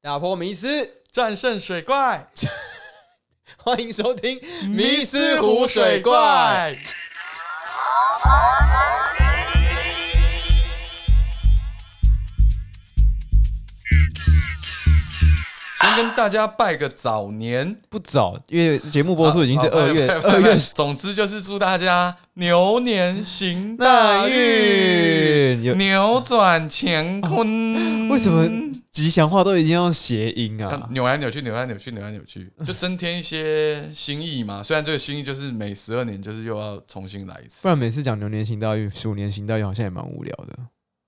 打破迷思，战胜水怪， 欢迎收听《迷思思湖水怪》。先跟大家拜个早年，不早，因为节目播出已经是好二月拜拜二拜拜月总之就是祝大家牛年行大大运，运。有哦扭转乾坤。为什么吉祥话都一定要谐音啊啊？扭来扭去，扭来扭去，扭来扭去，就增添一些新意嘛。 虽然这个新意就是每十二年就是又要重新来一次不。然每次讲牛年行大运、鼠年行大运，好像也蛮无聊的。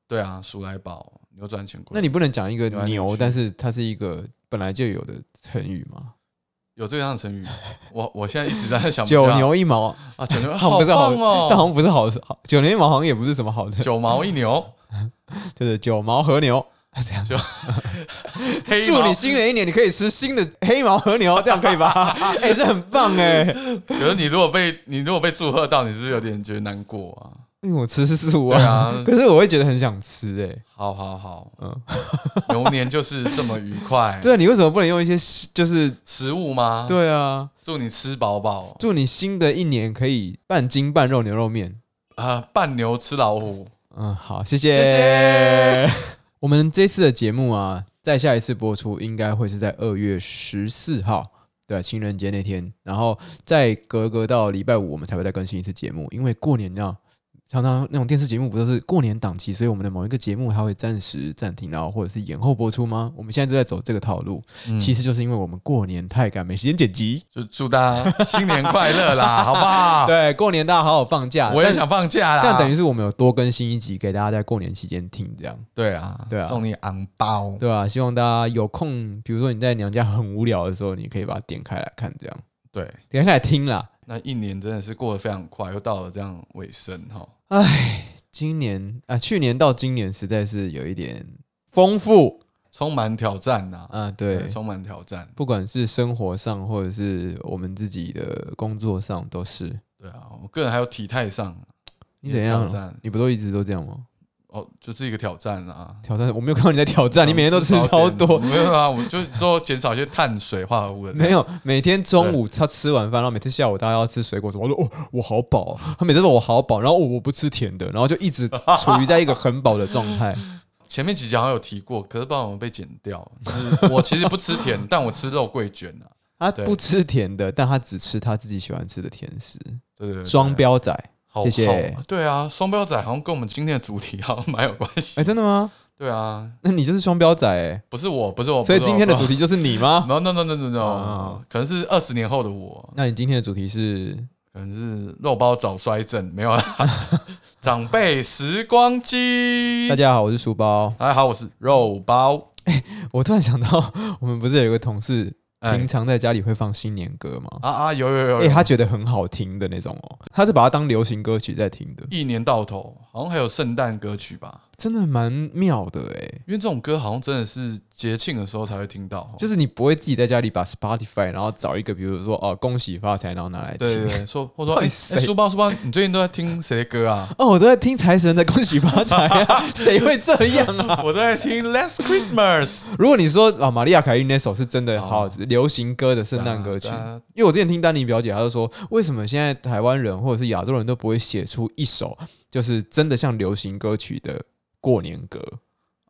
对啊，鼠来宝，扭转乾坤。那你不能讲一个扭来扭牛，去但是它是一个本来就有的成语吗？有这样的成语？ 我我现在一时在想不起九来牛一毛，啊，九牛 好好不是好棒但好哦，像不是好好九牛一毛，好像也不是什么好的， 九毛一牛，就是九毛和牛。啊这样，黑祝毛你。新的一年你可以吃新的黑毛和牛，这样可以 吧？哎、这很棒哎、可是你如果被你如果被祝贺到，你是不是有点觉得难过 啊。因为我吃素对啊，啊，可是我会觉得很想吃哎、好好好，嗯， 牛年就是这么愉快。 对啊，你为什么不能用一些就是食物吗？，对啊？祝你吃饱饱祝你新的一年可以半斤半肉牛肉面。啊，半牛吃老虎。嗯，好，谢谢。谢谢 我们这次的节目啊，在下一次播出应该会是在二月十四号，对，情人节那天，然后再隔隔到礼拜五，我们才会再更新一次节目，因为过年你知道。常常那种电视节目不都是过年档期，所以我们的某一个节目它会暂时暂停，然后或者是延后播出吗？我们现在就在走这个套路，嗯其实就是因为我们过年太赶，没时间剪辑。就祝大家新年快乐 啦，好不好？对，过年大家好好放假。啊我也啊但想放假啦。这样等于是我们有多更新一集给大家在过年期间听，这样对啊，对啊送你昂包。对吧、啊希望大家有空，比如说你在娘家很无聊的时候，你可以把它点开来看，这样对，点开来听啦。那一年真的是过得非常快，又到了这样尾声哈。今年啊，去年到今年实在是有一点丰富充满挑战呐、啊，对，充满挑战。不管是生活上或者是我们自己的工作上都是。对啊，我个人还有体态上，啊你怎也挑样战？你不都一直都这样吗？哦，就是一个挑战啊。挑战？我没有看到你在挑战，你每天都吃超少点多。没有啊，我就之后减少一些碳水化合物的 量。没有，每天中午他吃完饭，然后每次下午大家要吃水果什么，我说哦，我好饱哦、他每次说我好饱，然后我我不吃甜的，然后就一直处于在一个很饱的状 态。前面几集好像有提过，可是不知道有没有被剪掉。就是我其实不吃 甜，但我吃肉桂卷啊。他对不吃甜的，但他只吃他自己喜欢吃的甜食。对对对，双标仔，哎好谢谢好对啊，双标仔好像跟我们今天的主题好像 蛮有关系。哎，真的吗？对啊，那你就是双标仔、欸，不是我，不是我，所以今天的主 题题就是你吗？ ，no no no no no no，哦可能是二十年后的我， 那你今天的主题是可能是肉包早衰症，没有啦。 长辈时光机，大家好，我是书包。大家好，我是肉包。我突然想到， 我们不是有一个同事哎平常在家里会放新年歌吗？啊啊，有有有哎、有，他觉得很好听的那种哦，他是把它当流行歌曲在听的，一年到头好像还有圣诞歌曲吧？真的蛮妙的哎。因为这种歌好像真的是节庆的时候才会听到，哦就是是你不会自己在家里把 Spotify，然后找一个，比如说哦，恭喜发财，然后拿来听。对对对，说或说到哎底哎，谁书包书包，你最近都在听谁的歌啊？ 哦，我都在听财神的恭喜发财 啊，谁会这样啊？我都在听 Last Christmas 如果你说啊，玛利亚凯莉那首是真的哦好流行歌的圣诞歌曲，哒因为我之前听丹尼表姐，她就说，为什么现在台湾人或者是亚洲人都不会写出一首就是真的像流行歌曲的过年歌？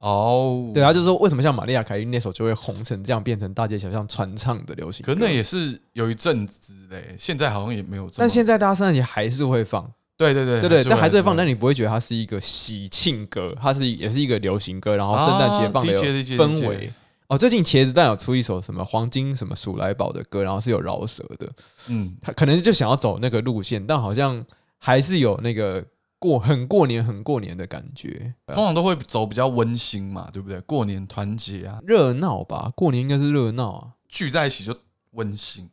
哦，对，他啊就说为什么像玛利亚凯莉那首就会红成这样，变成大街小巷传唱的流行可歌？那也是有一阵子嘞，现在好像也没有这么。但现在大家圣诞节还是会放，对对对对对，但还是会放，但那你不会觉得它是一个喜庆歌，它是也是一个流行歌，然后圣诞节放的啊有理解理解理解氛围。哦，最近茄子蛋有出一首什么黄金什么鼠来宝的歌，然后是有饶舌的，嗯，他可能就想要走那个路线，但好像还是有那个过很过年很过年的感觉，呃通常都会走比较温馨嘛，对不对？过年团结啊，热闹吧？过年应该是热闹啊，聚在一起就温馨。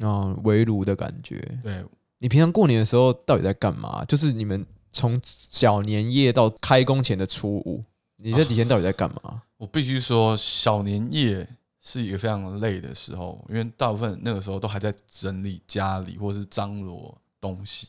嗯，围炉的感觉。对，你平常过年的时候到底在干嘛？就是你们从小年夜到开工前的初五，你这几天到底在干嘛？ 我必须说，小年夜是一个非常累的时候，因为大部分那个时候都还在整理家里或是张罗东西。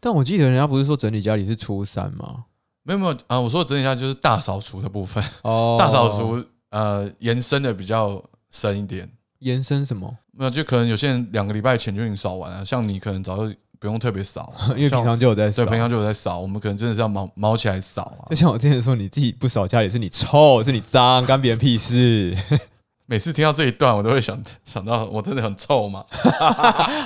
但我记得人家不是说整理家里是初三吗？没有没有啊，我说的整理一下就是大扫除的部分，哦大扫除。呃延伸的比较深一点。延伸什么？没有，就可能有些人两个礼拜前就已经扫完了，像你可能早就不用特别扫 ，因为平像常就有在扫对。平常就有在扫，我们可能真的是要毛毛起来扫啊就。像我之前说，你自己不扫家里是你臭，是你脏，干别人屁事。 每次听到这一段，我都会想想到我真的很臭 嘛？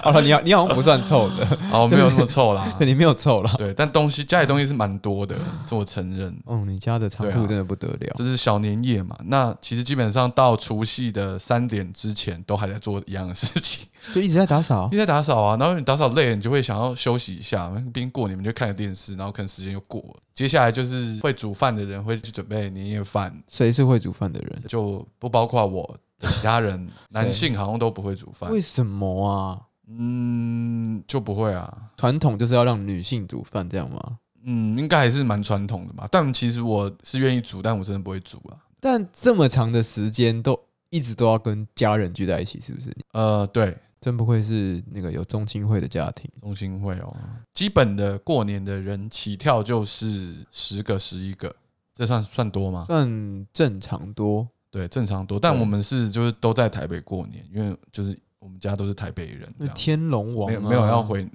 好了，你好，你好像不算臭 的，哦，没有那么臭啦 。你没有臭啦。对，但东西家里东西是蛮多的，这我承认。哦，你家的仓对库啊真的不得了。这是小年夜嘛？那其实基本上到除夕的三点之前，都还在做一样的事情，就一直在打扫你。在打扫啊。然后你打扫累了，你就会想要休息一下。毕竟过年，你们就看个电视，然后可能时间就过了。接下来就是会煮饭的人会去准备年夜饭，谁是会煮饭的人？就不包括我，其他人男性好像都不会煮饭为，什么啊？嗯，就不会啊。传统就是要让女性煮饭，这样吗？嗯，应该还是蛮传统的吧。但其实我是愿意煮，但我真的不会煮啊。但这么长的时间都一直都要跟家人聚在一起，是不是？呃，对，真不愧是那个有宗亲会的家庭。中心会哦，基本的过年的人起跳就是十个、十一个，这算算多吗？算正常多。对，正常多。但对我们是就是都在台北过年，因为就是我们家都是台北人，这那样天龙王、啊、没有没有要回，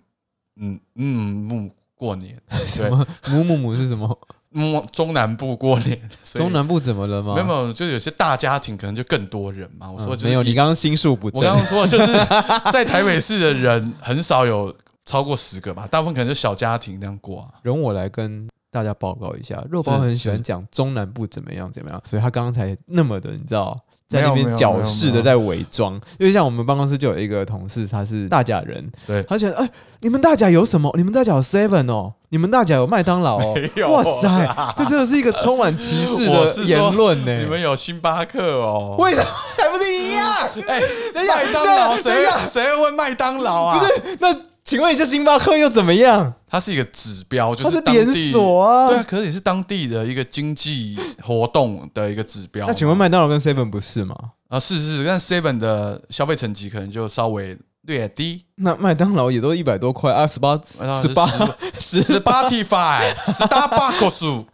嗯嗯嗯，过年什么母母母是什么？嗯中南部过年， 所以中南部怎么了吗？没有没有，就有些大家庭可能就更多人嘛。我说嗯就是没有，一你刚刚心术不我正。刚刚说的就是 在台北市的人很少有超过十个吧，大部分可能就小家庭这样过啊。容我来跟大家报告一下，肉包是很喜欢是讲中南部怎么样怎么样，所以他刚才那么的，你知道。在没有那边没有没矫有饰没的有在伪装，因为像我们办公室就有一个同事，他是大甲人，对他想，哎、你们大甲有什么？你们大甲有 Seven 哦，你们大甲有麦当劳哦，有哇塞，这真的是一个充满歧视 我的是说言论呢。你们有星巴克哦？为什么 还不是一样？哎，等一下麦当劳等一谁啊下谁会问麦当劳啊？那请问一下，星巴克又怎么样？它是一个指标，就它是当连地锁啊对啊，可是也是当地的一个经济活动的一个指标嘛。那请问麦当劳跟 Seven 不是吗？啊，是是，是但 Seven 的消费层级可能就稍微略低，呃那麦当劳也都一百多块，啊二十八、 十八、十十八 t f i Starbucks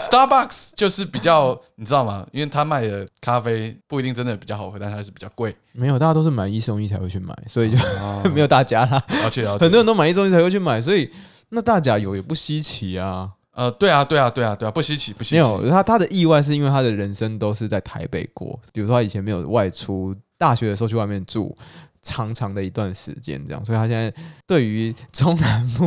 Starbucks 就是比较你知道吗？因为他卖的咖啡不一定真的比较好喝，但它是比较贵。没有，大家都是买一送一才会去买，所以就、哦没有大家啦。了解了解，很多人都买一送一才会去买，所以那大家有也不稀奇啊。呃，对啊，对啊，对啊，对啊，不稀奇，不稀奇。没有他，他的意外是因为他的人生都是在台北过，比如说他以前没有外出，大学的时候去外面住。长长的一段时间，这样，所以他现在对于中南 部、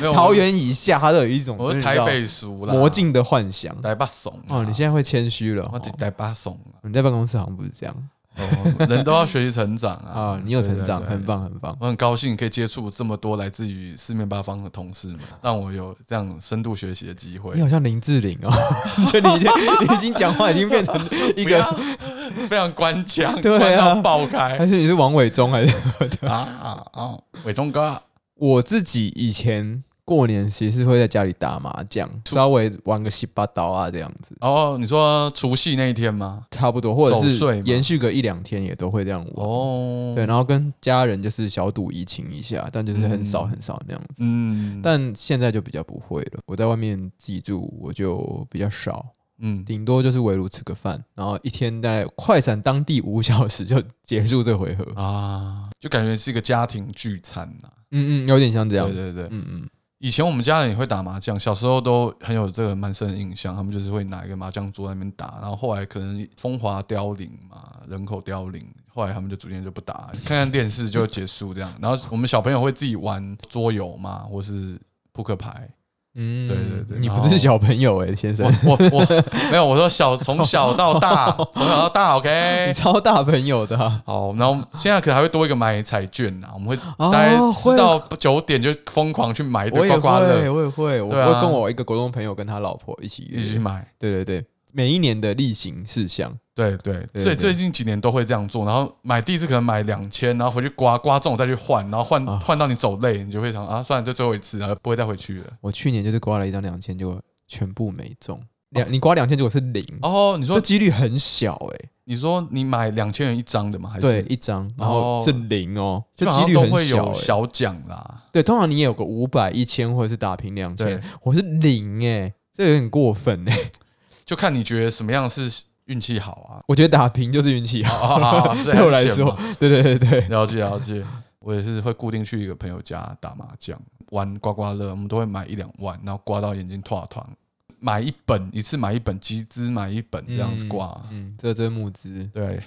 没有，桃园以下，他都有一种我，我是就是你知台道北熟啦，魔镜的幻想。台北怂啊哦，你现在会谦虚了、我哦得。台北怂啊你在办公室好像不是这样哦，人都要学习成长 啊啊，你有成长，很。对对对棒，很棒。我很高兴可以接触这么多来自于四面八方的同事们，让我有这样深度学习的机会你。好像林志玲哦， 就你已经你已经讲话已经 变成一 不要个，非常官腔， 对啊官到爆开还是你是王伟忠还是？ 啊啊啊！伟忠哥，我自己以前过年其实会在家里打麻将，稍微玩个七八刀啊这样子，哦，你说除夕那一天吗？差不多，或者守岁是嘛延续个一两天也都会这样玩。哦，对，，然后跟家人就是小赌怡情一下，但就是很少嗯很少那样子。嗯，但现在就比较不会了，我在外面自己住，我就比较少。嗯，顶多就是围炉吃个饭，然后一天在快闪当地五小时就结束这回合。啊，就感觉是一个家庭聚餐呐、嗯嗯，有点像这样对。对对，嗯嗯，以前我们家人也会打麻将，小时候都很有这个蛮深的印象。他们就是会拿一个麻将桌在那边打，然后后来可能风华凋零嘛，人口凋零，后来他们就逐渐就不打，看看电视就结束这样。然后我们小朋友会自己玩桌游嘛，或是扑克牌。嗯，对对对你然不是后小朋友哎、先生我，我我没有，我说小从小 到大，从小到大你 ，OK。超大朋友的啊、好，然后现在可能还会多一个买彩券啊呐，我们会哦大概会吃到九点就疯狂去买一我堆也刮刮会，乐，我也会，我对啊会跟我一个国中朋友跟他老婆一起约一起去买。对对对，每一年的例行事项，对对，对所以对最近几年都会这样做，然后买第一次可能买两千，然后回去刮刮中再去换，然后换啊换到你走累，你就会想啊，算了，就最后一次，然后不会再回去了。我去年就是刮了一张两千，结果全部没中。两你刮两千，结果是零，哦，你这说几率很小哎、你说你买两千元一张的吗？还对，是一张，然后是哦零哦，基这本几上率都很会小、欸。有小奖啦。对，通常你也有个五百、一千或者是打平两千对，欸我是零哎、这有点过分哎、就看你觉得什么样是运气好 啊。我觉得打平就是运气 好。啊，所以对我还来是钱说嘛，对对对对，了解了解。我也是会固定去一个朋友家打麻将，玩刮刮乐，我们都会买一两万，然后刮到眼睛脱团，买一本一次买一本，集资买一本这样子刮， 嗯，这真募资， 对，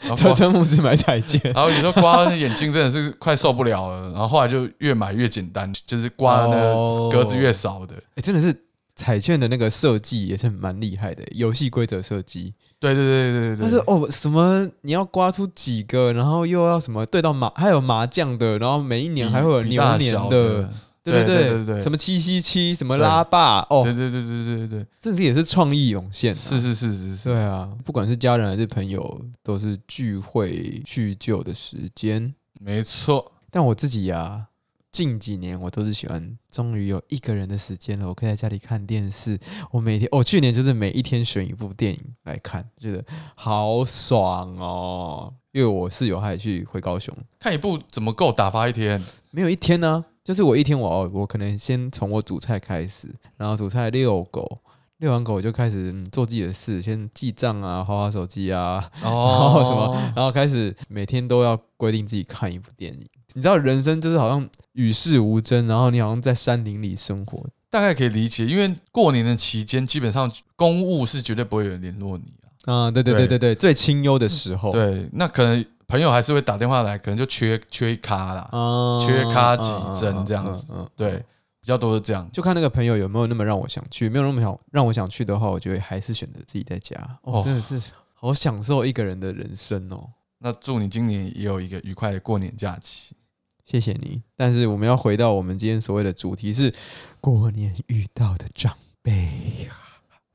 然后这刮真募资买彩券，然后有时候刮到眼睛真的是快受不了了，然后后来就越买越简单，就是刮的那哦个格子越少的，哎，真的是彩券的那个设计也是蛮厉害的，游戏规则设计。对对对对但对是对，哦，什么你要刮出几个，然后又要什么对到麻，还有麻将的，然后每一年还会有比牛大年小的，，对对对对对对什么七七七，什么对拉霸，对哦，对对对对对对，这也是创意涌现、啊，是是是是是，对啊，不管是家人还是朋友，都是聚会叙旧的时间。没错，但我自己啊，近几年我都是喜欢，终于有一个人的时间了，我可以在家里看电视。我每天，我、去年就是每一天选一部电影来看，觉得好爽哦。因为我室友还去回高雄，看一部怎么够打发一 天，没有一天呢、就是我一天我哦我可能先从我煮菜开始，然后煮菜遛狗，遛完狗我就开始、嗯、做自己的事，先记账啊，划划手机啊，哦后什么然后开始每天都要规定自己看一部电影。你知道，人生就是好像与世无争，然后你好像在山林里生活。大概可以理解，因为过年的期间，基本上公务是绝对不会有人联络你啊。啊、对对对对对对，最清幽的时候，对，那可能朋友还是会打电话来，可能就缺缺一咖啦，啊缺咖几针这样子，嗯嗯嗯嗯对，比较多是这样。就看那个朋友有没有那么让我想去，没有那么想让我想去的话，我就会还是选择自己在家。哦，哦真的是好享受一个人的人生哦。那祝你今年也有一个愉快的过年假期。谢谢你，但是我们要回到我们今天所谓的主题是过年遇到的长辈。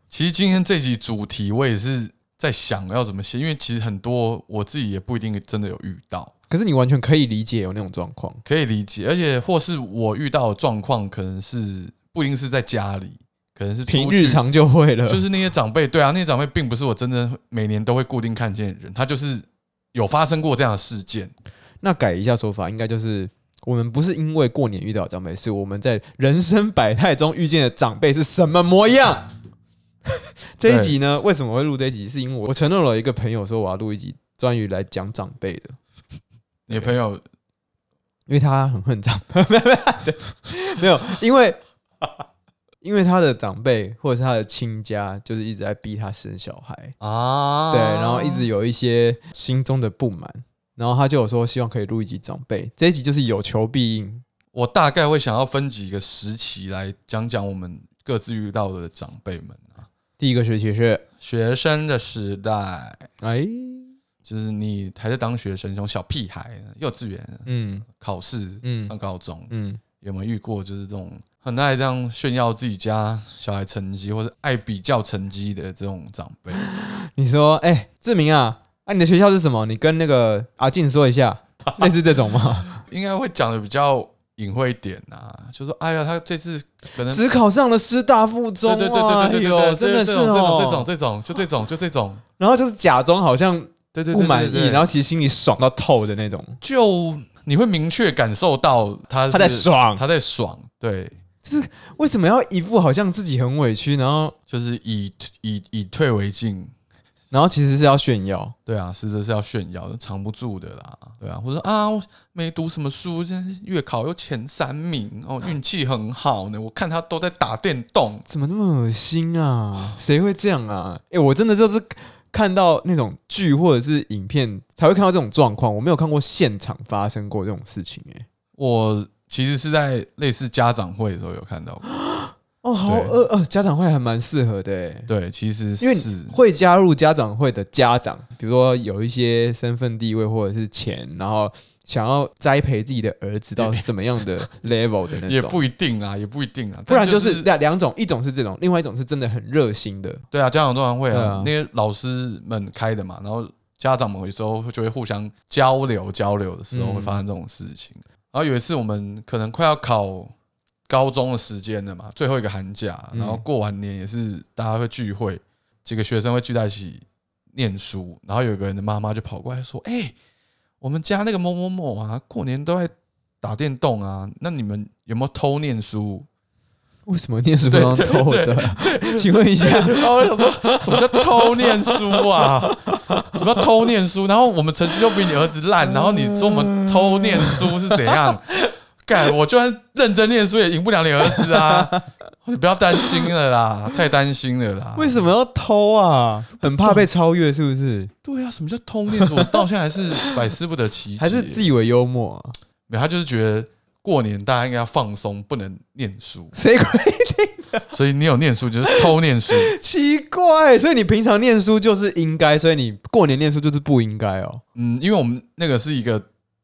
其实今天这集主题我也是在想要怎么写，因为其实很多我自己也不一定真的有遇到，可是你完全可以理解有那种状况，可以理解，而且或是我遇到的状况可能是不一定是在家里，可能是出凭去日常就会 了，就是那些长辈，对啊，那些长辈并不是我真的每年都会固定看见的人，他就是有发生过这样的事件。那改一下说法，应该就是我们不是因为过年遇到的长辈，是我们在人生百态中遇见的长辈是什么模样。这一集呢，为什么会录这一集？是因为我承诺了一个朋友说我要录一集专于来讲长辈的，你的朋友因为他很恨长辈，没有，因为因为他的长辈或者是他的亲家，就是一直在逼他生小孩，啊对，然后一直有一些心中的不满，然后他就有说希望可以录一集长辈，这一集就是有求必应，我大概会想要分几个时期来讲讲我们各自遇到的长辈们啊。第一个学期是，学生的时代，哎，就是你还在当学生，从小屁孩、幼稚园嗯考试、嗯上高中，嗯，有没有遇过就是这种很爱这样炫耀自己家小孩成绩，或者爱比较成绩的这种长辈？你说，哎、志明啊，啊，你的学校是什么？你跟那个阿静说一 下，类似这种吗？应该会讲的比较隐晦一点啊，就说哎呀，他这次可能只考上了师大附中、啊，对对对对对对哎对呦，对，真的是这种哦这种这种这种就这种就这种，然后就是假装好像对对不对满对意，对，然后后其实心里爽到透的那种，就你会明确感受到他是他在爽他在爽，对，为什么要一副好像自己很委屈，然后就是以以以退为进，然后其实是要炫耀？对啊，实则是要炫耀，藏不住的啦，对啊，或者啊，我没读什么书，真是月考又前三名 哦，运气很好呢，我看他都在打电动，怎么那么恶心啊？ 谁会这样啊？哎、我真的就是看到那种剧或者是影片才会看到这种状况，我没有看过现场发生过这种事情、哎，我其实是在类似家长会的时候有看到过。哦，好对呃呃，家长会还蛮适合的、哎，对，其实因为是你会加入家长会的家长，比如说有一些身份地位或者是钱，然后想要栽培自己的儿子到什么样 的 level 的那种，也不一定啊，也不一定啊。不然就但是两两种，一种是这种，另外一种是真的很热心的，对啊，家长座谈会对啊啊，那些老师们开的嘛，然后家长们有时候就会互相交流交流的时候嗯会发生这种事情。然后有一次我们可能快要考高中的时间了嘛，最后一个寒假，嗯然后过完年也是大家会聚会，几个学生会聚在一起念书，然后有一个人的妈妈就跑过来说：“哎、我们家那个某某某啊，过年都在打电动啊，那你们有没有偷念书？”为什么念书不能偷的？ 请问一下，然后我想说，什么叫偷念书啊？ 什么叫偷念书？然后我们成绩都比你儿子嗯烂，然后你说我们偷念书是 怎样？干，我就算认真念书也赢不了你儿子啊！ 你不要担心了啦，太担心了啦。啊为什么要偷啊？很怕被超越，是不是？对啊，什么叫偷念书？我到现在还是百思不得其解。还是自以为幽默、啊？没有，他就是觉得过年大家应该要放松，不能念书，谁鬼所以你有念书就是偷念书。奇怪？所以你平常念书就是应该，所以你过年念书就是不应该哦。嗯，因为我们那个是一个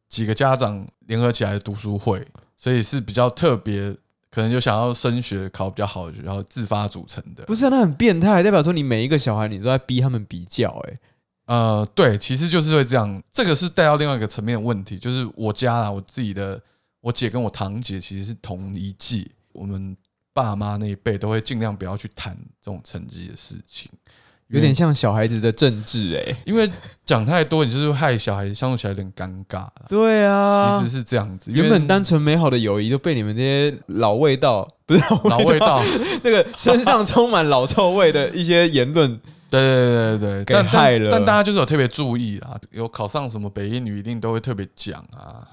几个家长联合起来的读书会，所以是比较特别，可能有想要升学考比较好的学校自发组成的。不是、啊，那很变态，代表说你每一个小孩你都在逼他们比较、欸，呃，对，其实就是会这样。这个是带到另外一个层面的问题，就是我家啊，我自己的我姐跟我堂姐其实是同一届，我们爸妈那一辈都会尽量不要去谈这种成绩的事情，有点像小孩子的政治、欸，哎，因为讲太多，你就是害小孩相处起来有点尴尬啦。 对啊其实是这样子，因为原本单纯美好的友谊都被你们这些老味道，不是老味道，那个身上充满老臭味的一些言论，对对对对对，给但害了但但大家就是有特别注意啊，有考上什么北英女一定都会特别讲啊。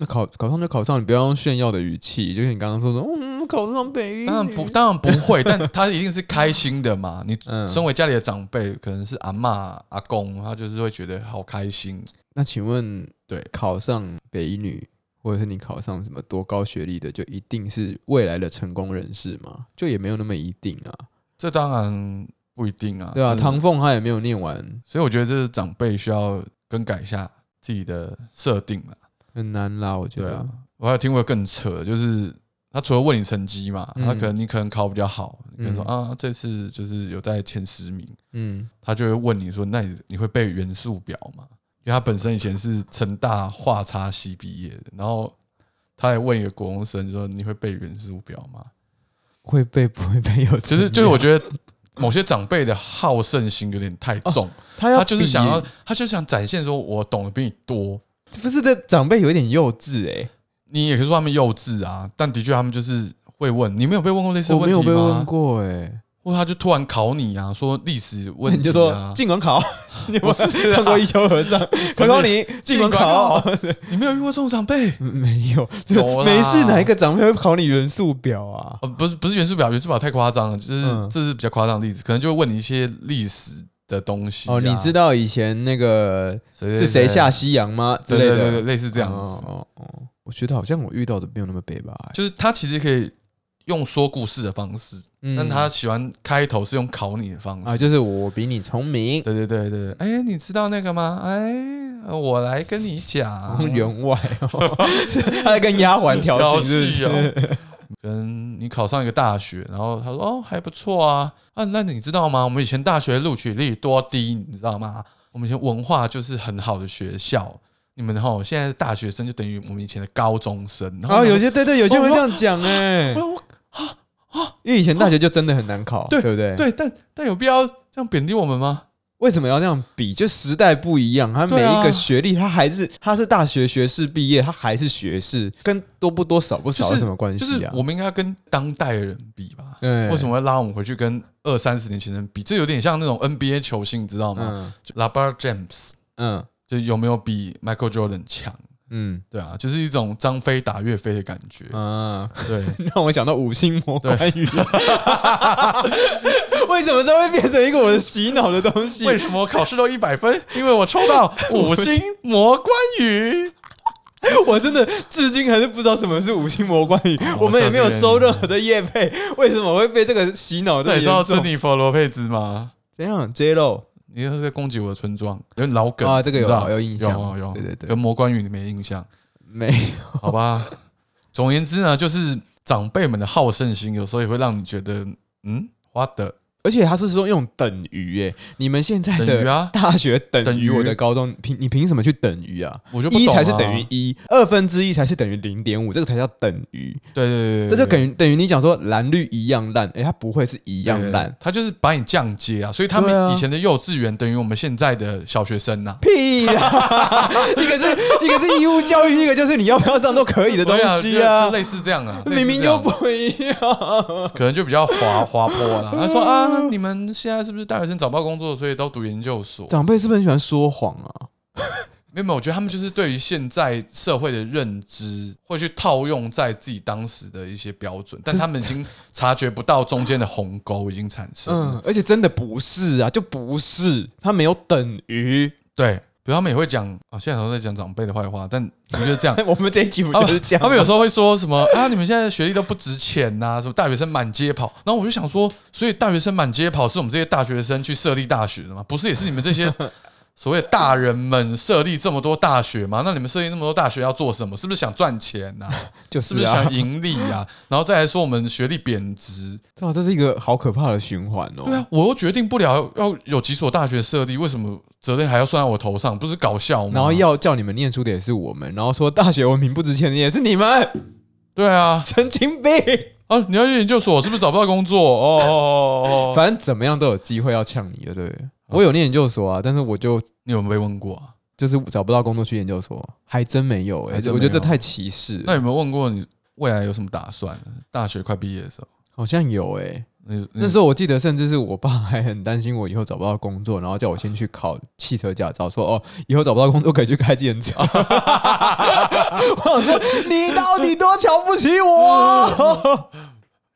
那考考上就考上，你不要用炫耀的语气，就像你刚刚说的，嗯，考上北一女，当然不，当然不会，但 他一定是开心的嘛。你嗯身为家里的长辈，可能是阿嬷、阿公，他就是会觉得好开心。那请问，对考上北一女，或者是你考上什么多高学历的，就一定是未来的成功人士吗？就也没有那么一定啊，这当然不一定啊，对啊，这是唐凤她也没有念完，所以我觉得这是长辈需要更改一下自己的设定了。很难啦，我觉对得啊。，我还有听过更扯的，就是他除了问你成绩嘛，嗯他可能你可能考比较好，你可能说嗯啊这次就是有在前十名，嗯，他就会问你说，那你你会背元素表吗？因为他本身以前是成大化差系毕业的，然后他还问一个国中生说，你会背元素表吗？会被不会被有怎样？就是就是，我觉得某些长辈的好胜心有点太重，哦他要他就是想要比耶，他就是想展现说我懂得比你多。不是的长辈有一点幼稚哎、你也可以说他们幼稚啊，但的确他们就是会问你没有被问过类似的我问没题有吗？被问过哎、或他就突然考你啊，说历史问那题、啊，你就说尽管 考，你有没有是啊看过一丘和尚？考考你尽管考， 。你没有遇过这种长辈嗯没有，有啦没事，哪一个长辈会考你元素表啊？呃，不是不是元素表，元素表太夸张了，就是、嗯这是比较夸张的例子，可能就会问你一些历史的东西啊、哦，你知道以前那个谁是谁下西洋吗？之对类对的，对对，类似这样子，哦哦哦，我觉得好像我遇到的没有那么北吧、欸，就是他其实可以用说故事的方式，嗯但他喜欢开头是用考你的方式啊，就是我比你聪明，对对对对，对哎，你知道那个吗？哎，我来跟 你讲，员外 哦，是他在跟丫鬟调调情，是不戏是？哦。跟你考上一个大学，然后他说哦还不错啊啊，那你知道吗？我们以前大学录取率多低，你知道吗？我们以前文化就是很好的学校，你们哈现在的大学生就等于我们以前的高中生。然然后后哦啊有些些对对，有些人会这样讲哎、哦我哦我因为以前大学就真的很难考，对对不对？，对，但但有必要这样贬低我们吗？为什么要那样比？就时代不一样，他每对啊一个学历，他还是他是大学学士毕业，他还是学士，跟多不多少不少就是有什么关就系啊？是哎我们应该跟当代人比吧？对为什么会拉我们回去跟二三十年前的人比？这有点像那种 NBA 球星，你知道吗、嗯 l a b r James 嗯就有没有比 Michael Jordan 强？嗯对啊，就是一种张飞打岳飞的感觉。 啊， 对，让我想到五星魔关羽， 为什么这会变成一个我的洗脑的东西？为什么考试都一百分？因为我抽 到五星魔关羽。啊我真的至今还是不知道什么是五星魔关羽，好我们也下次没有给你收任何的业配，为什么会被这个洗脑那的严你知道重？珍妮佛罗佩兹吗？怎样？J Lo 你又是在攻击我的村庄，有点老梗啊这个有你知道有印象有有对对哦对跟魔关羽你没印象，没好吧？ 总而言之呢，就是长辈们的好胜心，有时候也会让你觉得，嗯，花的而且他是说用等于耶，你们现在等于的啊，大学等等于于啊我的高中，凭你凭什么去等于啊？我就不一懂啊才是等于一，二分之一才是等于零点五，这个才叫等于。对对对对，这就对等于等于你讲说蓝绿一样烂，诶，它不会是一样烂，，他就是把你降阶啊，所以他对啊们以前的幼稚园等于我们现在的小学生啊呐、屁啦！一个是一个是义务教育，一个就是你要不要上都可以的东对啊西就啊就，类似这 样啊，明明类似这就样不一样。可能就比较滑滑 坡啦。他说啊，你们现在是不是大学生找不到工作，所以都读研究所？长辈是不是很喜欢说谎啊？没有没有，我觉得他们就是对于现在社会的认知，会去套用在自己当时的一些标准，但他们已经察觉不到中间的鸿沟已经产生了。嗯，而且真的不是啊，就不是，它没有等于。。对，比如他们也会讲啊，现在都在讲长辈的坏话，但我觉得这样我们这一集不他就是们这样吗？哦他们有时候会说什么啊？你们现在的学历都不值钱呐、什么大学生满街跑。然后我就想说，所以大学生满街跑是我们这些大学生去设立大学的吗？不是，也是你们 这些所谓的大人们设立这么多大学吗？那你们设立那么多大学要做什么？是不是想赚钱呐、就是不是啊想，盈利呀、然后再来说我们学历贬值， 哇，这是一个好可怕的循环哦。对啊，我又决定不了要有几所大学设立，为什么责任还要算在我头上？不是搞笑吗？然后要叫你们念书的也是我们，然后说大学文凭不值钱的也是你们，对啊神经病。啊！你要去研究所是不是找不到工作？哦哦哦哦哦，反正怎么样都有机会要呛你的，对不对？我有念研究所啊，但是我就你有没有被问过啊？就是找不到工作去研究所，还真没有哎、还真我觉得这没有太歧视那了。有没有问过你未来有什么打算？大学快毕业的时候，好像有哎、你那你时候我记得，甚至是我爸还很担心我以后找不到工作，然后叫我先去考汽车驾照，说哦，以后找不到工作可以去开计程 车。我想说，你到底多瞧不起嗯我？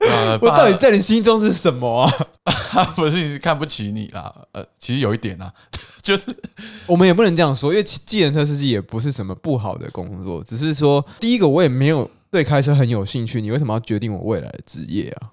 呃，我爸到底在你心中是什么啊？不是看不起你啦？呃，其实有一点啊， 就是我们也不能这样说，因为计计程车司机也不是什么不好的工作，只是说第一个我也没有对开车很有兴趣，你为什么要决定我未来的职业哦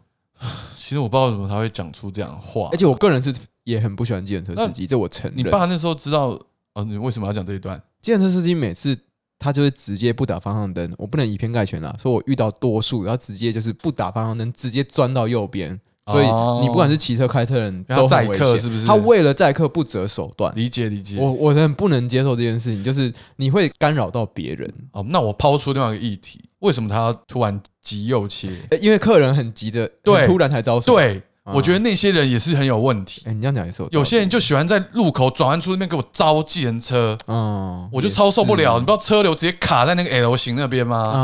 啊？其实我不知道为什么他会讲出这样的话，而且我个人是也很不喜欢计程车司机，这我承你认。爸那时候知道哦，你为什么要讲这一段？计程车司机每次他就会直接不打方向灯，我不能以偏概全啦，说我遇到多数，然后直接就是不打方向灯，直接钻到右边。所以哦你不管是骑车、开车的人因为他都很危载客险，是不是他为了载客不择手段，理解理解。我我很不能接受这件事情，就是你会干扰到别人。哦，那我抛出另外一个议题，为什么他要突然急右切？嗯欸因为客人很急的，对很突然才招手。 对，啊我觉得那些人也是很有问题。哎、你这样讲也是有道理有些人就喜欢在路口转弯处那边给我招计程车，嗯，我就超受不了。也你不知道车流直接卡在那个 L 型那边是吗？啊，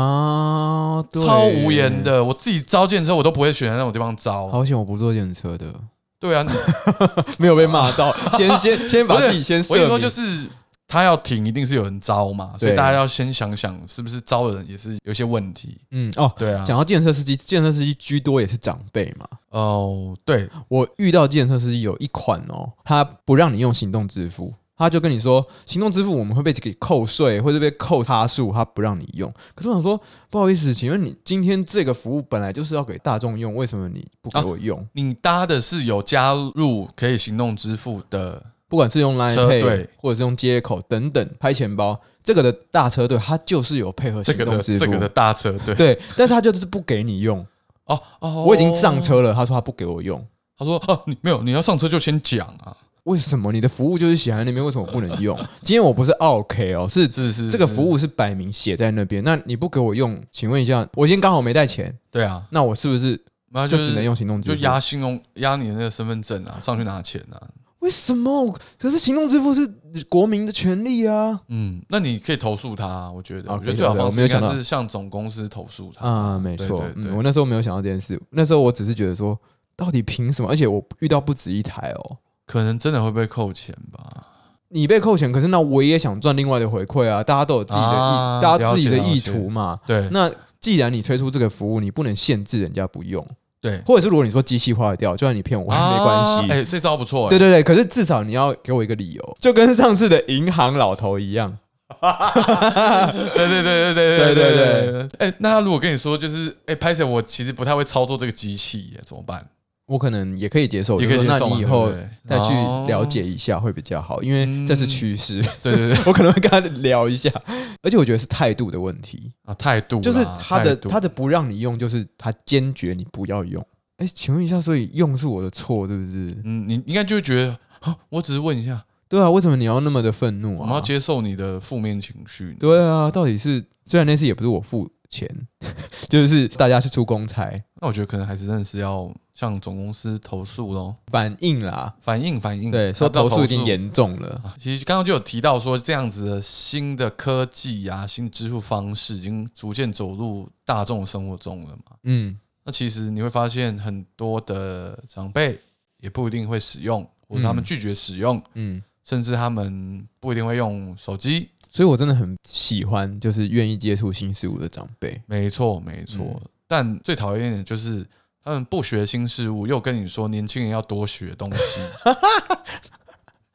对超无言。的，我自己招计程车我都不会选在那种地方招。好险，我不坐电车的，对啊，你没有被骂 到。先先先把不是自己先设我明。跟你说，就是他要停，一定是有人招嘛，所对以啊大家要先想想是不是招的人也是有一些问题。嗯哦，对啊，讲到建设司机，建设司机居多也是长辈嘛。哦，对，我遇到建设司机有一款哦，他不让你用行动支付，他就跟你说，行动支付我们会被给扣税，或者被扣差数，他不让你用。可是我想说，不好意思，请问你今天这个服务本来就是要给大众用，为什么你不给啊我用？你搭的是有加入可以行动支付的不管是用 Line 车 Pay 队或者是用接口等等拍钱包，这个的大车队它就是有配合这行个动的支付，这个的大车队。对，但是他就是不给你用。哦哦，我已经上。车了，他说他不给我用， 他说哦，你没有，你要上车就先讲啊。为什么？你的服务就是写在那边，为什么我不能用？今天我不是 OK 哦，是是是，这个是服务是摆明写在那边，那你不给我用，请问一下，我今天刚好没带钱，对啊，那我是不是那就就是只能用行动支就付？压信用压你的那个身份证啊，上去拿钱啊。为什么？可是行动支付是国民的权利啊！嗯，那你可以投诉他啊，我觉得，啊我觉可以得最好投诉方我没式有应想该到是向总公司投诉他啊，没错，对对嗯，我对，那时候没有想到这件事，那时候我只是觉得说，到底凭什么？而且我遇到不止一台哦，可能真的会被扣钱吧。你被扣钱，可是那我也想赚另外的回馈啊，大家都有自己的意，啊大家自己的了解意图嘛。对那既然你推出这个服务，你不能限制人家不用，对，或者是如果你说机器坏掉，就算你骗我、啊没关系。哎，这招不错，对哎，对对，可是至少你要给我一个理由，就跟上次的银行老头一样，对对对对对对对对对。哎，那他如果跟你说就是，哎，拍摄我其实不太会操作这个机器耶，怎么办？我可能也可以接受。也可以就接是说受那嘛，你以后对不再对去了解。一下会比较好，因为这是趋势。哦对对对，我可能会跟他聊一下，而且我觉得是态度的问题，啊，态度啦就是他的态度他的不让你用，就是他坚决你不要用，哎、请问一下，所以用是我的错，对不对？嗯，你应该就会觉得，啊我只是问一下，对啊，为什么你要那么的愤怒我们要啊？接受你的负面情绪。对啊，到底是虽然那次也不是我付钱， 就是大家是出公差那我觉得可能还是真的是要向总公司投诉喽，反应啦，反映反映。对，说要到投投诉已经严重了。啊其实刚刚就有提到说，这样子的新的科技啊，新的支付方式已经逐渐走入大众生活中了嘛。嗯，那其实你会发现，很多的长辈也不一定会使用，或者他们嗯拒绝使用，嗯，甚至他们不一定会用手机。所以我真的很喜欢，就是愿意接触新事物的长辈。没错，没错。嗯但最讨厌的就是他们不学新事物，又跟你说年轻人要多学东 西。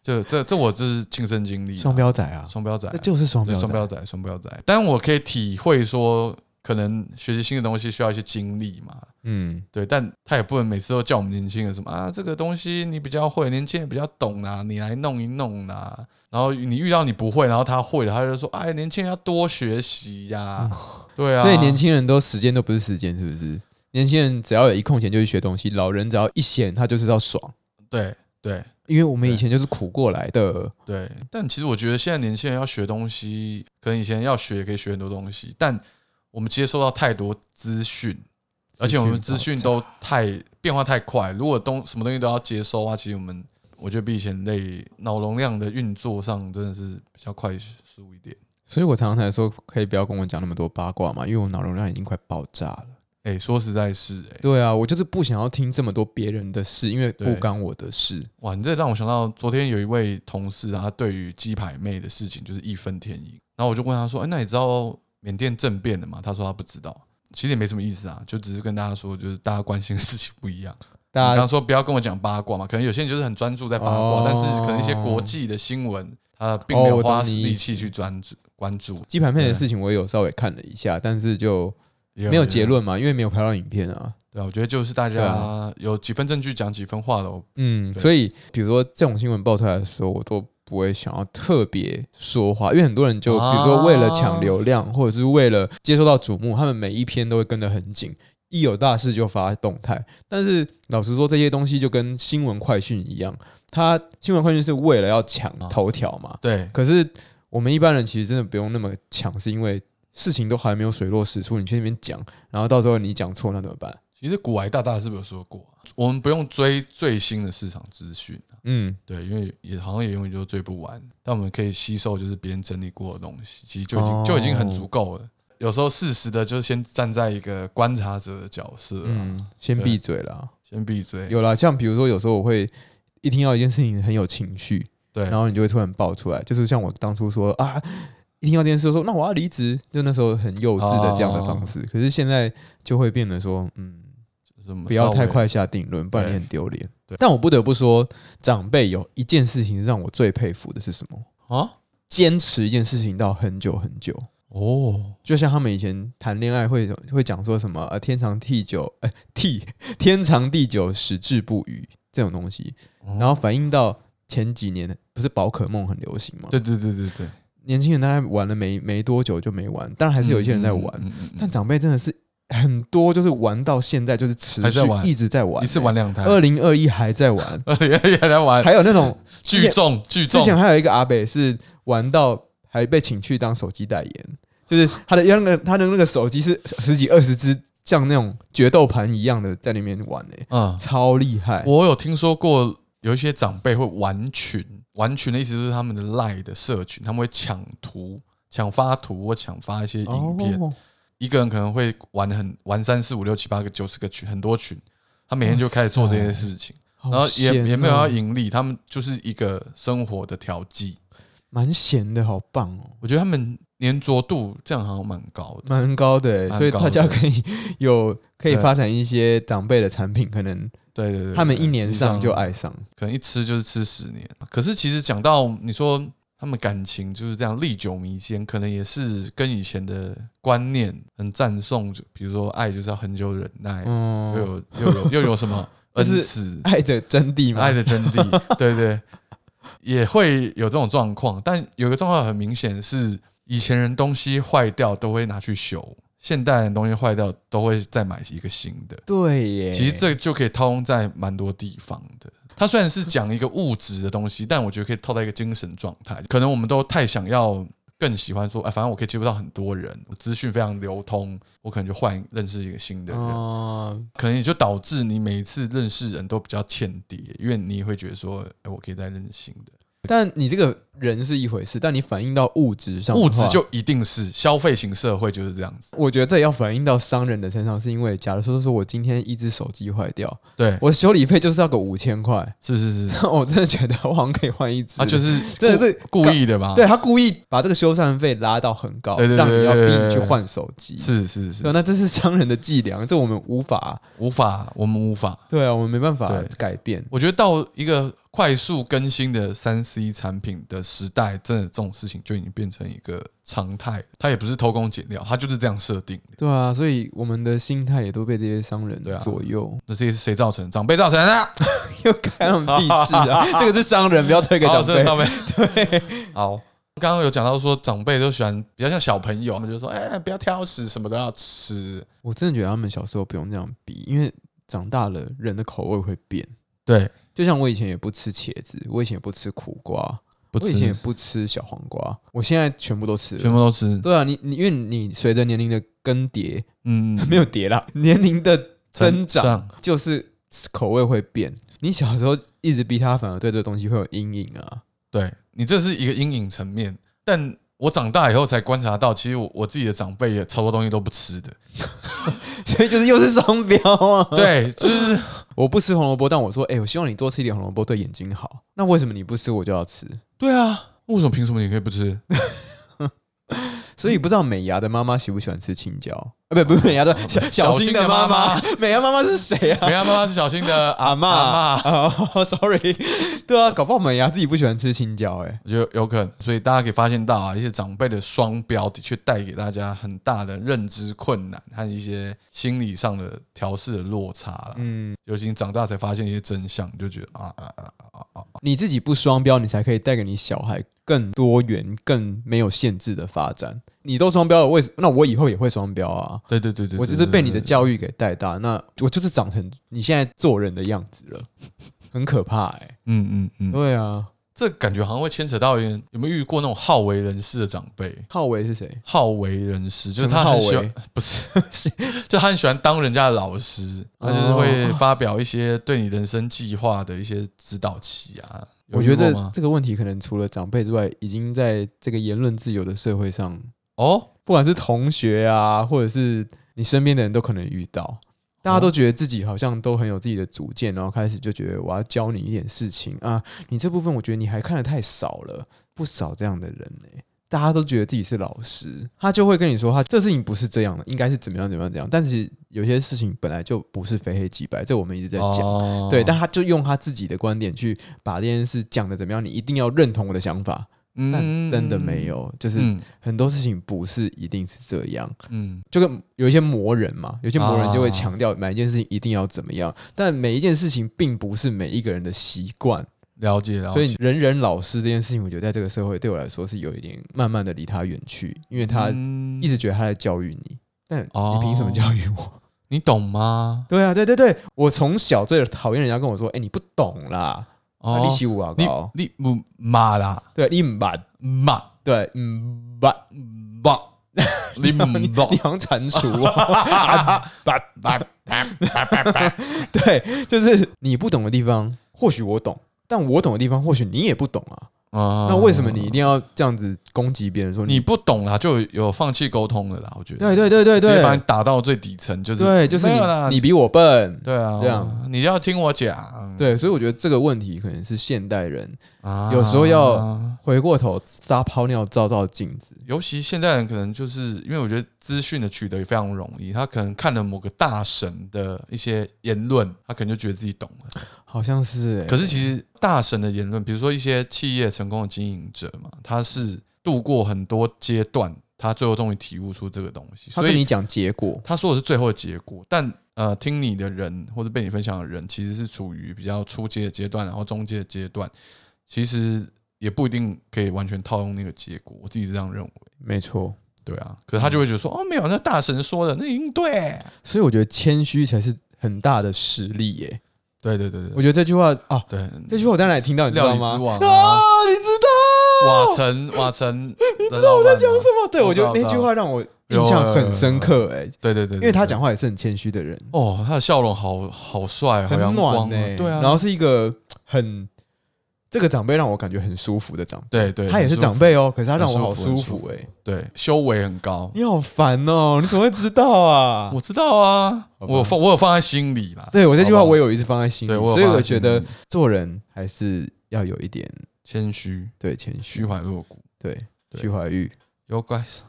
这这这我这是亲身经历啊、双标仔啊，双标仔啊，那就是双对标仔。双标仔，双标仔。但我可以体会说，可能学习新的东西需要一些经历嘛。嗯，对，但他也不能每次都叫我们年轻人什么啊，这个东西你比较会，年轻人比较懂啊，你来弄一弄啊。然后你遇到你不会，然后他会了，他就说：“哎，年轻人要多学习呀、对嗯啊，所以年轻人都时间都不是时间，是不是？年轻人只要有一空闲就去学东西，老人只要一闲他就是要爽，对对因为我们以对前就是苦过来的。对，但其实我觉得现在年轻人要学东西，可能以前要学也可以学很多东西，但我们接受到太多资讯，而且我们资讯都太变化太快，如果东什么东西都要接收啊，其实我们我觉得比以前累，脑容量的运作上真的是比较快速一点。所以我常常才说，可以不要跟我讲那么多八卦嘛，因为我脑容量已经快爆炸了。哎、说实在是哎、对啊，我就是不想要听这么多别人的事，因为不对干我的事。哇，你这让我想到昨天有一位同事啊，他对于鸡排妹的事情就是义愤填膺。然后我就问他说：“哎、那你知道缅甸政变了吗？”他说他不知道。其实也没什么意思啊，就只是跟大家说，就是大家关心的事情不一样。你大刚家刚说不要跟我讲八卦嘛，可能有些人就是很专注在八卦，哦但是可能一些国际的新闻，他并没哦我有懂花你意思力气去专注关注，鸡排妹的事情，我也有稍微看了一下，但是就也没有结。论嘛，因为没有拍到影片啊。对啊，我觉得就是大对家啊有几分证据讲几分话喽。嗯，对所以比如说这种新闻爆出来的时候，我都不会想要特别说话，因为很多人就啊比如说为了抢流量，或者是为了接受到瞩目，他们每一篇都会跟得很紧，一有大事就发动态。但是老实说，这些东西就跟新闻快讯一样，它新闻快讯是为了要抢啊头条嘛。对，可是我们一般人其实真的不用那么抢，是因为事情都还没有水落石出，你去那边讲，然后到时候你讲错那怎么办？其实古埃大大是不是有说过啊、我们不用追最新的市场资讯啊、嗯，对，因为也好像也永远就追不完，但我们可以吸收就是别人整理过的东西，其实就已经、哦就已经很足够了。有时候适时的就先站在一个观察者的角色、啊，啊嗯，先对闭嘴啦。先闭嘴。有啦，像比如说有时候我会一听到一件事情很有情绪，对，然后你就会突然爆出来，就是像我当初说啊，一听到这件事说那我要离职，就那时候很幼稚的这样的方哦式。可是现在就会变得说，嗯，什么不要稍微太。快下定论，不然你对很丢脸对。但我不得不说，长辈有一件事情让我最佩服的是什么？啊，坚持一件事情到很久很久。哦，就像他们以前谈恋爱会会讲说什么呃天长地久，呃地 天长地久矢志不渝这种东西，哦然后反映到前几年不是宝可梦很流行吗？对对对对对，年轻人大概玩了没没多久就没玩，当然还是有一些人在玩，嗯嗯嗯嗯但长辈真的是很多就是玩到现在就是持还续在玩一直在玩、一次玩两台，，二零二一还在玩 也来玩，还有那种之聚前众聚之众，前还有一个阿北是玩到还被请去当手机代言，就是他的那个他的那个手机是十几二十只，像那种决斗盘一样的在里面玩诶、嗯，超厉害。我有听说过有一些长辈会玩群，玩群的意思就是他们的赖的社群，他们会抢图、抢发图或抢发一些影片。哦一个人可能会玩很玩三四五六七八个九十个群，很多群，他每天就开始做这些事情，然后好也闲哦也没有要盈利，他们就是一个生活的调剂。蛮闲的，好棒哦，我觉得他们粘着度这样好像蛮高的。蛮高的诶、蛮高的所以大家可以有可以对发展一些长辈的产品，可能对对对，他们对一年上就，实际爱上。可能一吃就是吃十年。可是其实讲到你说他们感情就是这样历久弥坚，可能也是跟以前的观念很赞颂，就比如说爱就是要很久忍耐，又嗯，有又有又有什么 就是恩慈，爱的真谛嘛爱，的真谛，对对，也会有这种状况。但有一个状况很明显是，以前人东西坏掉都会拿去修，现代的东西坏掉都会再买一个新的。对耶，其实这就可以套用在蛮多地方的。它虽然是讲一个物质的东西，但我觉得可以套在一个精神状态。可能我们都太想要，更喜欢说，哎，反正我可以接触到很多人，我资讯非常流通，我可能就换认识一个新的人，哦，可能也就导致你每一次认识人都比较欠跌，因为你会觉得说，哎，我可以再认识新的。但你这个人是一回事，但你反映到物质上的话，物质就一定是消费型社会就是这样子，我觉得这也要反映到商人的身上，是因为假如说说我今天一只手机坏掉，对，我的修理费就是要个五千块， 是是是，那我真的觉得我好像可以换一只啊，就是真的是故故意的吧？对他故意把这个修缮费拉到很高，对对对让你要对对逼你去对换手机。是是是对，，啊那这是商人的伎俩，这我们无法，无法，我们无法。对啊，我们没办法对改变。我觉得到一个快速更新的三 C 产品的时代，真的这种事情就已经变成一个常态，它也不是偷工减料，它就是这样设定的。对啊，所以我们的心态也都被这些商人对啊左右， 那这些是谁造成？长辈造成啊的。又干我们屁事啊！ 这个是商人，不要推给长好哦这是辈。长辈。 对，好。刚刚有讲到说，长辈都喜欢比较像小朋友，他们就说：“哎、不要挑食，什么都要吃。我真的觉得他们小时候不用这样逼，因为长大了人的口味会变。”对，就像我以前也不吃茄子，我以前也不吃苦瓜，不我以前也吃，不吃小黄瓜，我现在全部都吃了全部都吃。对啊，你你因为你随着年龄的更迭，嗯，没有迭啦，年龄的增长长，就是口味会变。你小时候一直逼他，反而对这个东西会有阴影啊。 对你这是一个阴影层面，但我长大以后才观察到，其实我我自己的长辈也超多东西都不吃的。所以就是又是双标啊。，对，就是我不吃红萝卜，但我说，哎、我希望你多吃一点红萝卜，对眼睛好。那为什么你不吃，我就要吃？对啊，为什么凭什么你可以不 吃？所以不知道美牙的妈妈喜不喜欢吃青椒？啊，不，不是美牙的小小新新的的妈妈妈妈，美牙妈妈是谁啊？美亚妈妈是小新的阿阿嬷阿嬷 哦，sorry，对啊，搞不好美牙自己不喜欢吃青椒、哎，我觉得有可能，所以大家可以发现到啊，一些长辈的双标的确带给大家很大的认知困难和一些心理上的调试的落差了。嗯，尤其你长大才发现一些真相，你就觉得啊啊啊啊啊！啊你自己不双标，你才可以带给你小孩更多元、更没有限制的发展。你都双标了，为什那我以后也会双标啊！对对对对，我就是被你的教育给带大，那我就是长成你现在做人的样子了，很可怕哎、嗯嗯嗯，对啊，这感觉好像会牵扯到一点，有没有遇过那种好为人师的长辈？浩维是谁？好为人师，就是他陈浩很喜欢维， 不是， 就他很喜欢当人家的老师，他哦就是会发表一些对你人生计划的一些指导期 啊。有我觉遇过得吗这个问题可能除了长辈之外，已经在这个言论自由的社会上，哦，不管是同学啊，或者是你身边的人都可能遇到。大家都觉得自己好像都很有自己的主见，然后开始就觉得我要教你一点事情啊，你这部分我觉得你还看得太少了，不少这样的人呢、大家都觉得自己是老师，他就会跟你说他这事情不是这样的，应该是怎么样怎么样怎么样。但是有些事情本来就不是非黑即白，这我们一直在讲。哦对，但他就用他自己的观点去把这件事讲的怎么样，你一定要认同我的想法，但真的没，有，就是嗯很多事情不是一定是这样，嗯，就跟有一些魔人嘛，有些魔人就会啊强调每一件事情一定要怎么样，但每一件事情并不是每一个人的习惯，了解了所解，以人人老师这件事情，我觉得在这个社会对我来说是有一点慢慢的离他远去，因为他嗯一直觉得他在教育你，但哦你凭什么教育我？ 你懂吗？对啊，对对对，我从小最讨厌人家跟我说，哎、你不懂啦，啊哦你，起五啊你高，你不马啦对，你唔捌，马对，唔捌，马，你嗯你马你好像蟾蜍、哦，马对，就是你不懂的地方，或许我懂，但我懂的地方，或许你也不懂啊。啊 那为什么你一定要这样子攻击别人说你不懂啦？就有有放弃沟通了啦，我觉得。对对对对直接把你对，打到最底层，就是对，就是没有啦，你你比我笨，对啊，这样你要听我讲，对，所以我觉得这个问题可能是现代人啊有时候要回过头撒泡尿照照镜子，尤其现代人可能就是因为我觉得资讯的取得也非常容易，他可能看了某个大神的一些言论，他可能就觉得自己懂了。好像是、欸，可是其实大神的言论，比如说一些企业成功的经营者嘛，他是度过很多阶段，他最后终于体悟出这个东西，他所跟你以讲结果，他说的是最后的结果，但。呃，听你的人或者被你分享的人，其实是处于比较初阶的阶段，然后中阶的阶段，其实也不一定可以完全套用那个结果。我自己是这样认为。没错，对啊，可是他就会觉得说，哦，没有，那大神说的，那一定对，所以我觉得谦虚才是很大的实力欸耶、对对对我对觉得这句话啊，对，这句话我当然也听到，你知料道理之吗？王啊啊，，你知道瓦城瓦城，你知道我在讲什什？么？对，我觉得我知那道句话让我有印象很深刻哎、对对对，因为他对讲话也是很谦虚的人，哦，他的笑容好好帅，好很阳光暖哦、哎、对啊，然后是一个很这个长辈让我感觉很舒服的长对对，辈，他也是很舒服长，辈哦，可是他让我很好舒舒服很服哎、对，修为很高，你好烦哦，你怎么会知道啊我？知道啊，好吧我有放我有放在心里啦，对我这句话好吧我有一直放在心里，对我有所以放在我觉心得里做人还是要有一点谦虚，对谦虚虚，怀若谷，对对徐怀钰，有怪事。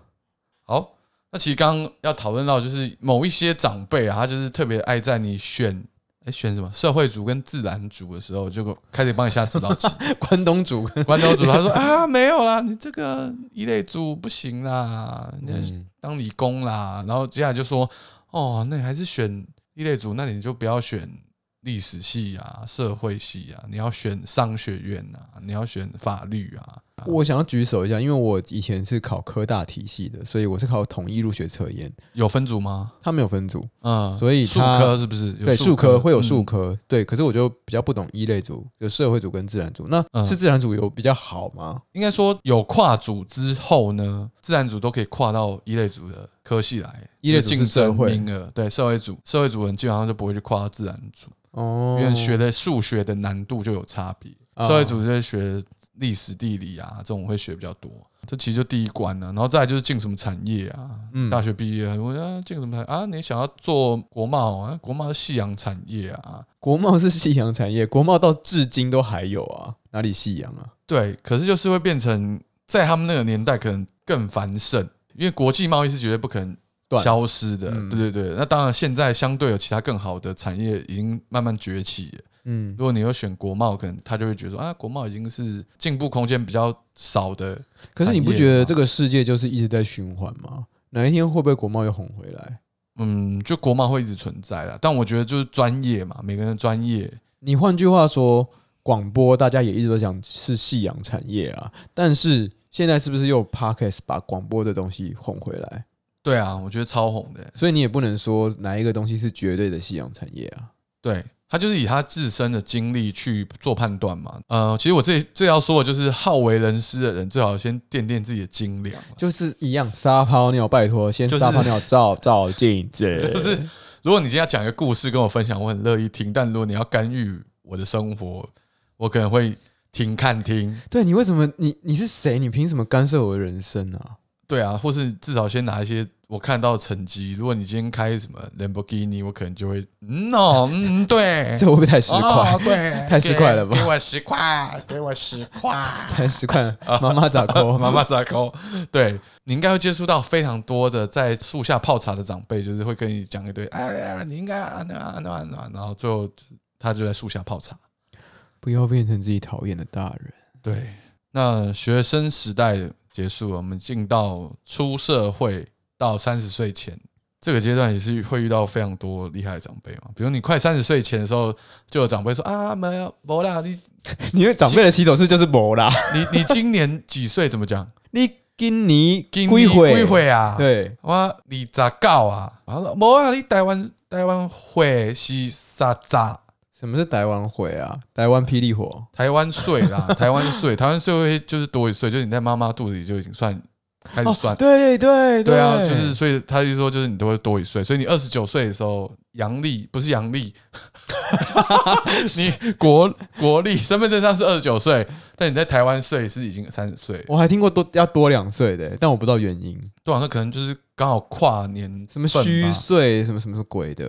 好，那其实刚刚要讨论到就是某一些长辈啊，他就是特别爱在你选。哎，选什么社会组跟自然组的时候，就开始帮你下 指导棋。 关东煮，关东煮他说啊，没有啦，你这个一类组不行啦，你当理工啦，然后接下来就说，哦，那你还是选一类组，那你就不要选历史系啊、社会系啊，你要选商学院啊，你要选法律啊。我想要举手一下，因为我以前是考科大体系的，所以我是考统一入学测验，有分组吗？它没有分组，嗯，所以数它科是不是？有对，数科会有嗯数科，对，可是我就比较不懂一类组，有社会组跟自然组，那嗯是自然组有比较好吗？应该说有跨组之后呢，自然组都可以跨到一类组的科系来，一类组就是竞社争会名额。对，社会组社会组人基本上就不会去跨到自然组，哦，因为学的数学的难度就有差别。哦社会组就是学历史、地理啊，这种会学比较多。这其实就第一关呢、然后再来就是进什么产业啊。嗯大学毕业，我啊进什么产啊？你想要做国贸啊？国贸是夕阳产业啊。国贸是夕阳产业，国贸到至今都还有啊，哪里夕阳啊？对，可是就是会变成在他们那个年代可能更繁盛，因为国际贸易是绝对不可能断消失的。嗯对对对，那当然现在相对有其他更好的产业已经慢慢崛起了。嗯，如果你有选国贸，可能他就会觉得说啊，国贸已经是进步空间比较少的。可是你不产业觉得嘛这个世界就是一直在循环吗？哪一天会不会国贸又红回来？嗯，就国贸会一直存在啦，但我觉得就是专业嘛，每个人的专业，你换句话说，广播大家也一直都讲是夕阳产业啊，但是现在是不是又有 podcast 把广播的东西哄回来？对啊，我觉得超红的、所以你也不能说哪一个东西是绝对的夕阳产业啊。对他就是以他自身的经历去做判断嘛。呃，其实我最最要说的就是好为人师的人，最好先掂掂自己的斤两啦。就是一样，撒泡尿，拜托，先就是撒泡尿照照镜 子，就是如果你今天要讲一个故事跟我分享，我很乐意听。但如果你要干预我的生活，我可能会听看听。对你为什么你你是谁？你凭什么干涉我的人生啊？对啊，或是至少先拿一些我看到的成绩。如果你今天开什么兰博基尼，我可能就会嗯哦，嗯对，这会不会太市侩？哦， 对，太市侩了吧给给我十块，给我十 块。太市侩了，妈妈咋抠？哦妈妈撒狗，对你应该会接触到非常多的在树下泡茶的长辈，就是会跟你讲一堆，哎哎，哎你应该啊那啊那啊那啊，然后最后他就在树下泡茶。不要变成自己讨厌的大人。 对，那学生时代结束了，我们进到出社会到三十岁前这个阶段，也是会遇到非常多厉害的长辈嘛。比如你快三十岁前的时候，就有长辈说啊，没有，没啦，你你的长辈的起手式就是魔啦， 你你今年几岁？怎么讲？你今年今几岁？几岁啊？对，我你咋搞啊？我说无啊，你台湾台湾会是啥咋？什么是台湾会啊？台湾霹雳火台湾税啦， 台湾税，台湾税会就是多一岁，就是你在妈妈肚子里就已经算开始算。对哦对对啊，就是所以他就说，就是你都会多一岁，所以你二十九岁的时候，阳历不是阳 历，你国国历身份证上是二十九岁，但你在台湾税是已经三十岁了，我还听过多要多两岁的，但我不知道原因，对啊，那可能就是刚好跨年什么份吧虚岁，什么什么什么鬼的。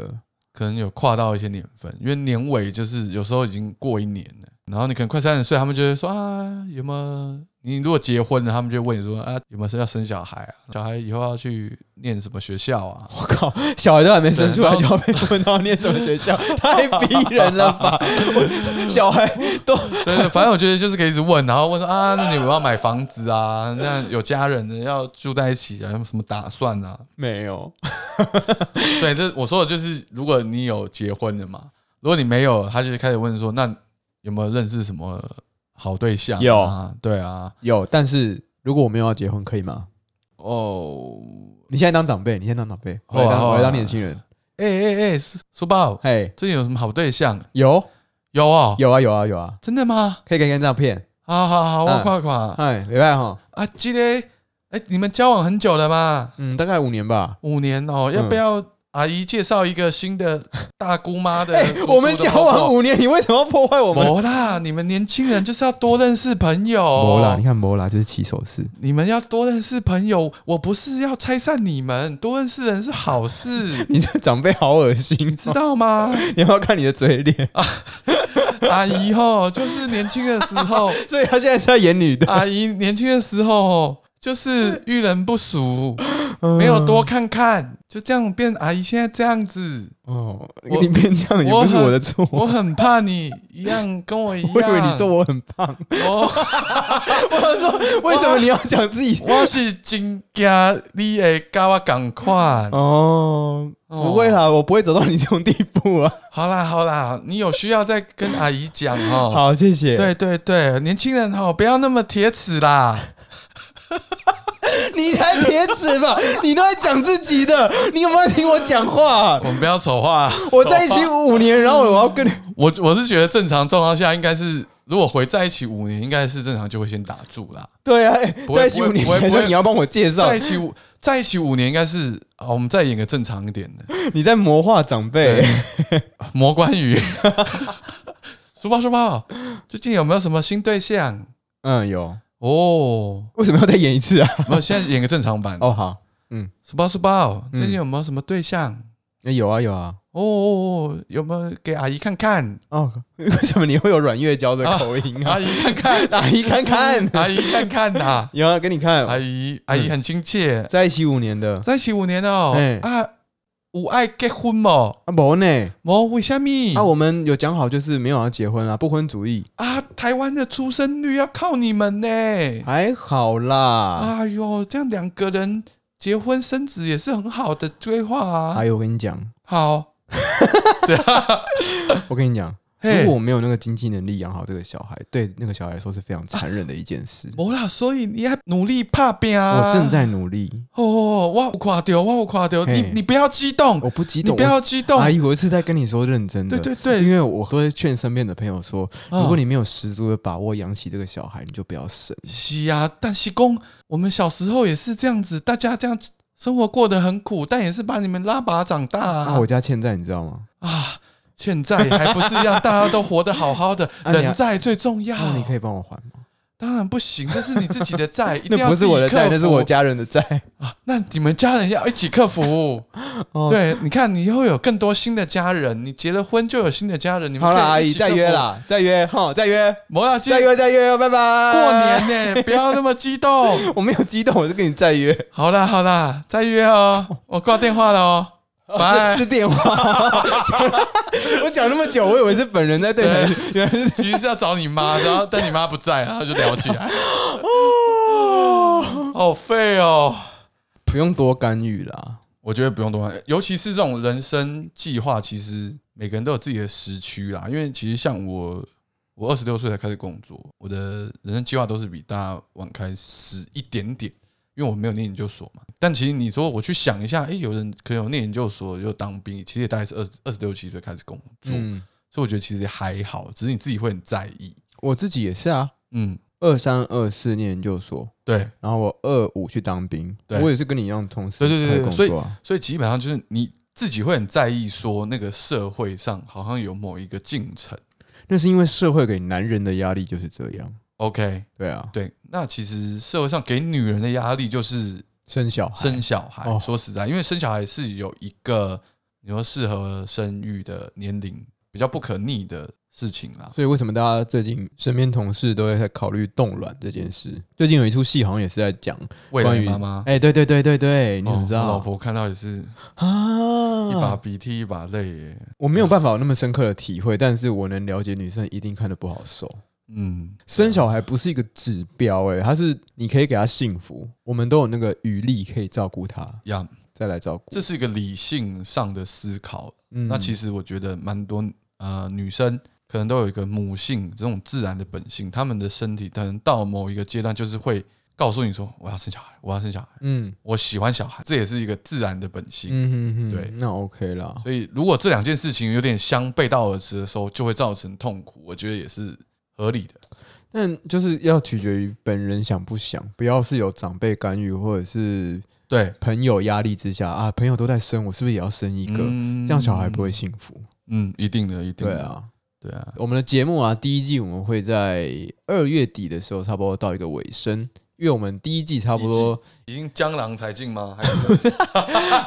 可能有跨到一些年份，因为年尾就是有时候已经过一年了，然后你可能快三十岁，他们就会说啊，有没有？你如果结婚了，他们就会问你说啊，有没有是要生小孩啊？小孩以后要去念什么学校啊？我靠，小孩都还没生出来就对然要被问到念什么学 校，太逼人了吧！ 我小孩都 对对，反正我觉得就是可以一直问，然后问说啊，那你们要买房子啊？那有家人的要住在一起啊？有什么打算啊？没有，对，这我说的就是，如果你有结婚的嘛，如果你没有，他就开始问说，那有没有认识什么好对象、啊？有，对啊，有，但是如果我没有要结婚，可以吗？哦，你现在当长辈，你现在当长辈，我来好啊当好啊我来当年轻人。哎哎哎，苏苏宝，嘿，最近有什么好对象？有有啊、有啊有啊有啊，真的吗？可以给人家照片。好好好，我嗯看看哎，没办法，啊，今天哎，你们交往很久了吧？嗯，大概五年吧。五年哦，嗯要不要阿姨介绍一个新的 大姑妈的哎叔叔的婆，婆？我们交往五年，你为什么要破坏我们？没啊啦，你们年轻人就是要多认识朋友。摩啦，你看摩啦就是起手式。，你们要多认识朋友，我不是要拆散你们，多认识人是好事 你这长辈好恶心哦，知 道吗？你要不要看你的嘴脸？啊阿姨吼，就是年轻的时候，所以他现在是在演女的， 阿姨年轻的时候吼就是遇人不淑，没有多看看，就这样变阿姨现在这样子，哦，我你变这样也不是我的错。我很怕你一样跟我一样。我以为你说我很胖，我，我想说 为什么你要讲自己？我是真惊你会跟我同款。哦，哦不会啦，我不会走到你这种地步啊。好啦好啦，你有需要再跟阿姨讲哦。好，谢谢。，对对对，年轻人哈、不要那么铁齿啦。你才铁齿 吧？你都在讲自己的，你有没有听我讲话我？们不要丑化。 我在一起五年，然后我要跟你，我我是觉得正常状况下应该是，如果回在一起五年，应该是正常就会先打住啦。对啊，哎不会在一起五年，不会不还会说你要帮我介绍在，一起五在一起五年应该是啊，我们再演个正常一点的。 你在魔化长辈对。， 魔关羽，书包书包，最近有没有什么新对象？嗯，有。哦，为什么要再演一次啊？没有，现在演个正常版。哦，好，书包书包，嗯最近有没有什么对象？哎有啊有啊。哦哦哦，有没有给阿姨看看？哦， 为什么你会有阮月娇的口音 啊阿？姨看看，阿姨看看， 阿姨看哎看呐、 有啊，给你阿看，姨，阿姨很亲切，在一起五年的在一起五年了哦、哎啊，有爱结婚冇？啊，没呢？冇为虾米？啊，我们有讲好，就是没有要结婚啊，不婚主义，啊，台湾的出生率要靠你们呢、还好啦。哎呦，这样两个人结婚生子也是很好的规划啊。哎呦，我跟你讲，好，这样，我跟你讲，嘿如果我没有那个经济能力养好这个小孩，对那个小孩来说是非常残忍的一件事。冇啦，所以你要努力怕拼啊。我正在努力，哦，我有垮掉，我有垮掉，嘿你你不要激动，我哎不激你动，不要激我。动。阿姨，我是在跟你说认真的，对对对因为我都会劝身边的朋友说，啊如果你没有十足的把握养起这个小孩，你就不要生。是啊，但是公，我们小时候也是这样子，大家这样生活过得很苦，但也是把你们拉拔长大啊，啊。我家欠债，你知道吗？啊，现在还不是一样，大家都活得好好的， 啊你啊人在最重要。那你可以帮我还吗？当然不行，这是你自己 的债，一那定要不自是己我的债，克那服是我家人的债。啊。那你们家人要一起克服。 哦 对，你看，你会有更多新的家人，你结了婚就有新的家人，你们好可啦，以阿一姨起克再约服。啦，再约哈，再约，摩拉今再约，再约哦，拜拜。过年，呢、不要那么激动。 我没有激动，我就跟你再约。好啦好啦，再约哦，我挂电话了哦。拜是是电话。我讲那么久，我以为是本人在对谈，原来是其实是要找你妈，然后但你妈不在，然后就聊起来，好废哦。 不用多干预啦。我觉得不用多看，尤其是这种人生计划，其实每个人都有自己的时区啦。因为其实像我，我二十六岁才开始工作，我的人生计划都是比大家晚开始一点点，因为我没有念研究所嘛。但其实你说我去想一下，诶、有人可能有念研究所又当兵，其实也大概是二二十六七岁开始工作，嗯，所以我觉得其实还好，只是你自己会很在意。我自己也是啊，嗯，二三二四念研究所，对，然后我二五去当兵，对我也是跟你一样同时对对对对开始工作啊。所以基本上就是你自己会很在意，说那个社会上好像有某一个进程。那是因为社会给男人的压力就是这样。 OK，对啊，对，那其实社会上给女人的压力就是生小孩，生小孩。哦说实在，因为生小孩是有一个你说适合生育的年龄，比较不可逆的事情啦。所以为什么大家最近身边同事都会在考虑冻卵这件事？最近有一出戏好像也是在讲未关来于妈妈，哎、对对对对对，你怎么知道？哦我老婆看到 也是一啊，把鼻涕一把泪耶。我没有办法有那么深刻的体会，但是我能了解女生一定看得不好受。嗯，生小孩不是一个指标、哎，它是你可以给她幸福，我们都有那个余力可以照顾她，呀、再来照顾这。是一个理性上的思考。嗯那其实我觉得蛮多呃女生。可能都有一个母性这种自然的本性，她们的身体可能到某一个阶段就是会告诉你说我要生小孩，我要生小孩，嗯我喜欢小孩，这也是一个自然的本性。嗯哼哼，对那 OK 啦。所以，如果这两件事情有点相背道而驰的时候，就会造成痛苦，我觉得也是合理的。但就是要取决于本人想不想，不要是有长辈干预或者是对，朋友压力之下啊，朋友都在生，我是不是也要生一个？嗯这样小孩不会幸福。嗯，一定的，一定对的，啊，对啊，我们的节目啊，第一季我们会在二月底的时候差不多到一个尾声，因为我们第一季差不多已经江郎才尽 吗？还是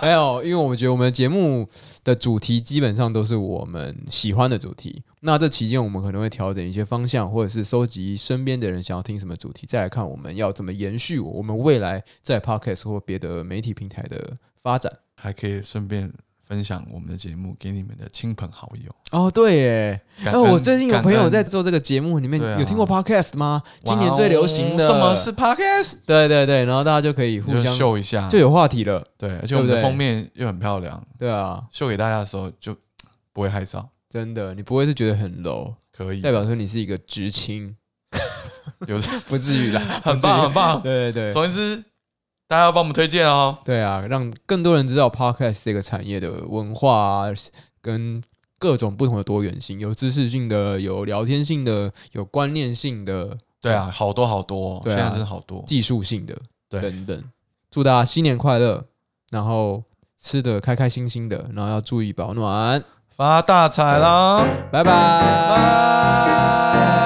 没有，因为我们觉得我们的节目的主题基本上都是我们喜欢的主题。那这期间我们可能会调整一些方向，或者是收集身边的人想要听什么主题，再来看我们要怎么延续我们未来在 podcast 或别的媒体平台的发展。还可以顺便分享我们的节目给你们的亲朋好友。哦，对耶，感那恩哎哦我最近有朋友在感做这个节目，你们对啊有听过 podcast 吗？恩今年最流行的哇哦什么是 podcast？对对对，然后大家就可以互就相秀一下，就有话题了。对，而且我们的对不对封面又很漂亮，对啊，秀给大家的时候就不会害臊，真的，你不会是觉得很 low，可以代表说你是一个知青，有 不至于啦， 很棒很棒。对对对，总而言之，大家要帮我们推荐哦。对啊，让更多人知道 podcast 这个产业的文化啊，跟各种不同的多元性，有知识性的，有聊天性的，有观念性的，对啊，好多好多，对啊现在真的好多。技术性的，对等等。祝大家新年快乐，然后吃的开开心心的，然后要注意保暖，发大财啦！拜拜。拜。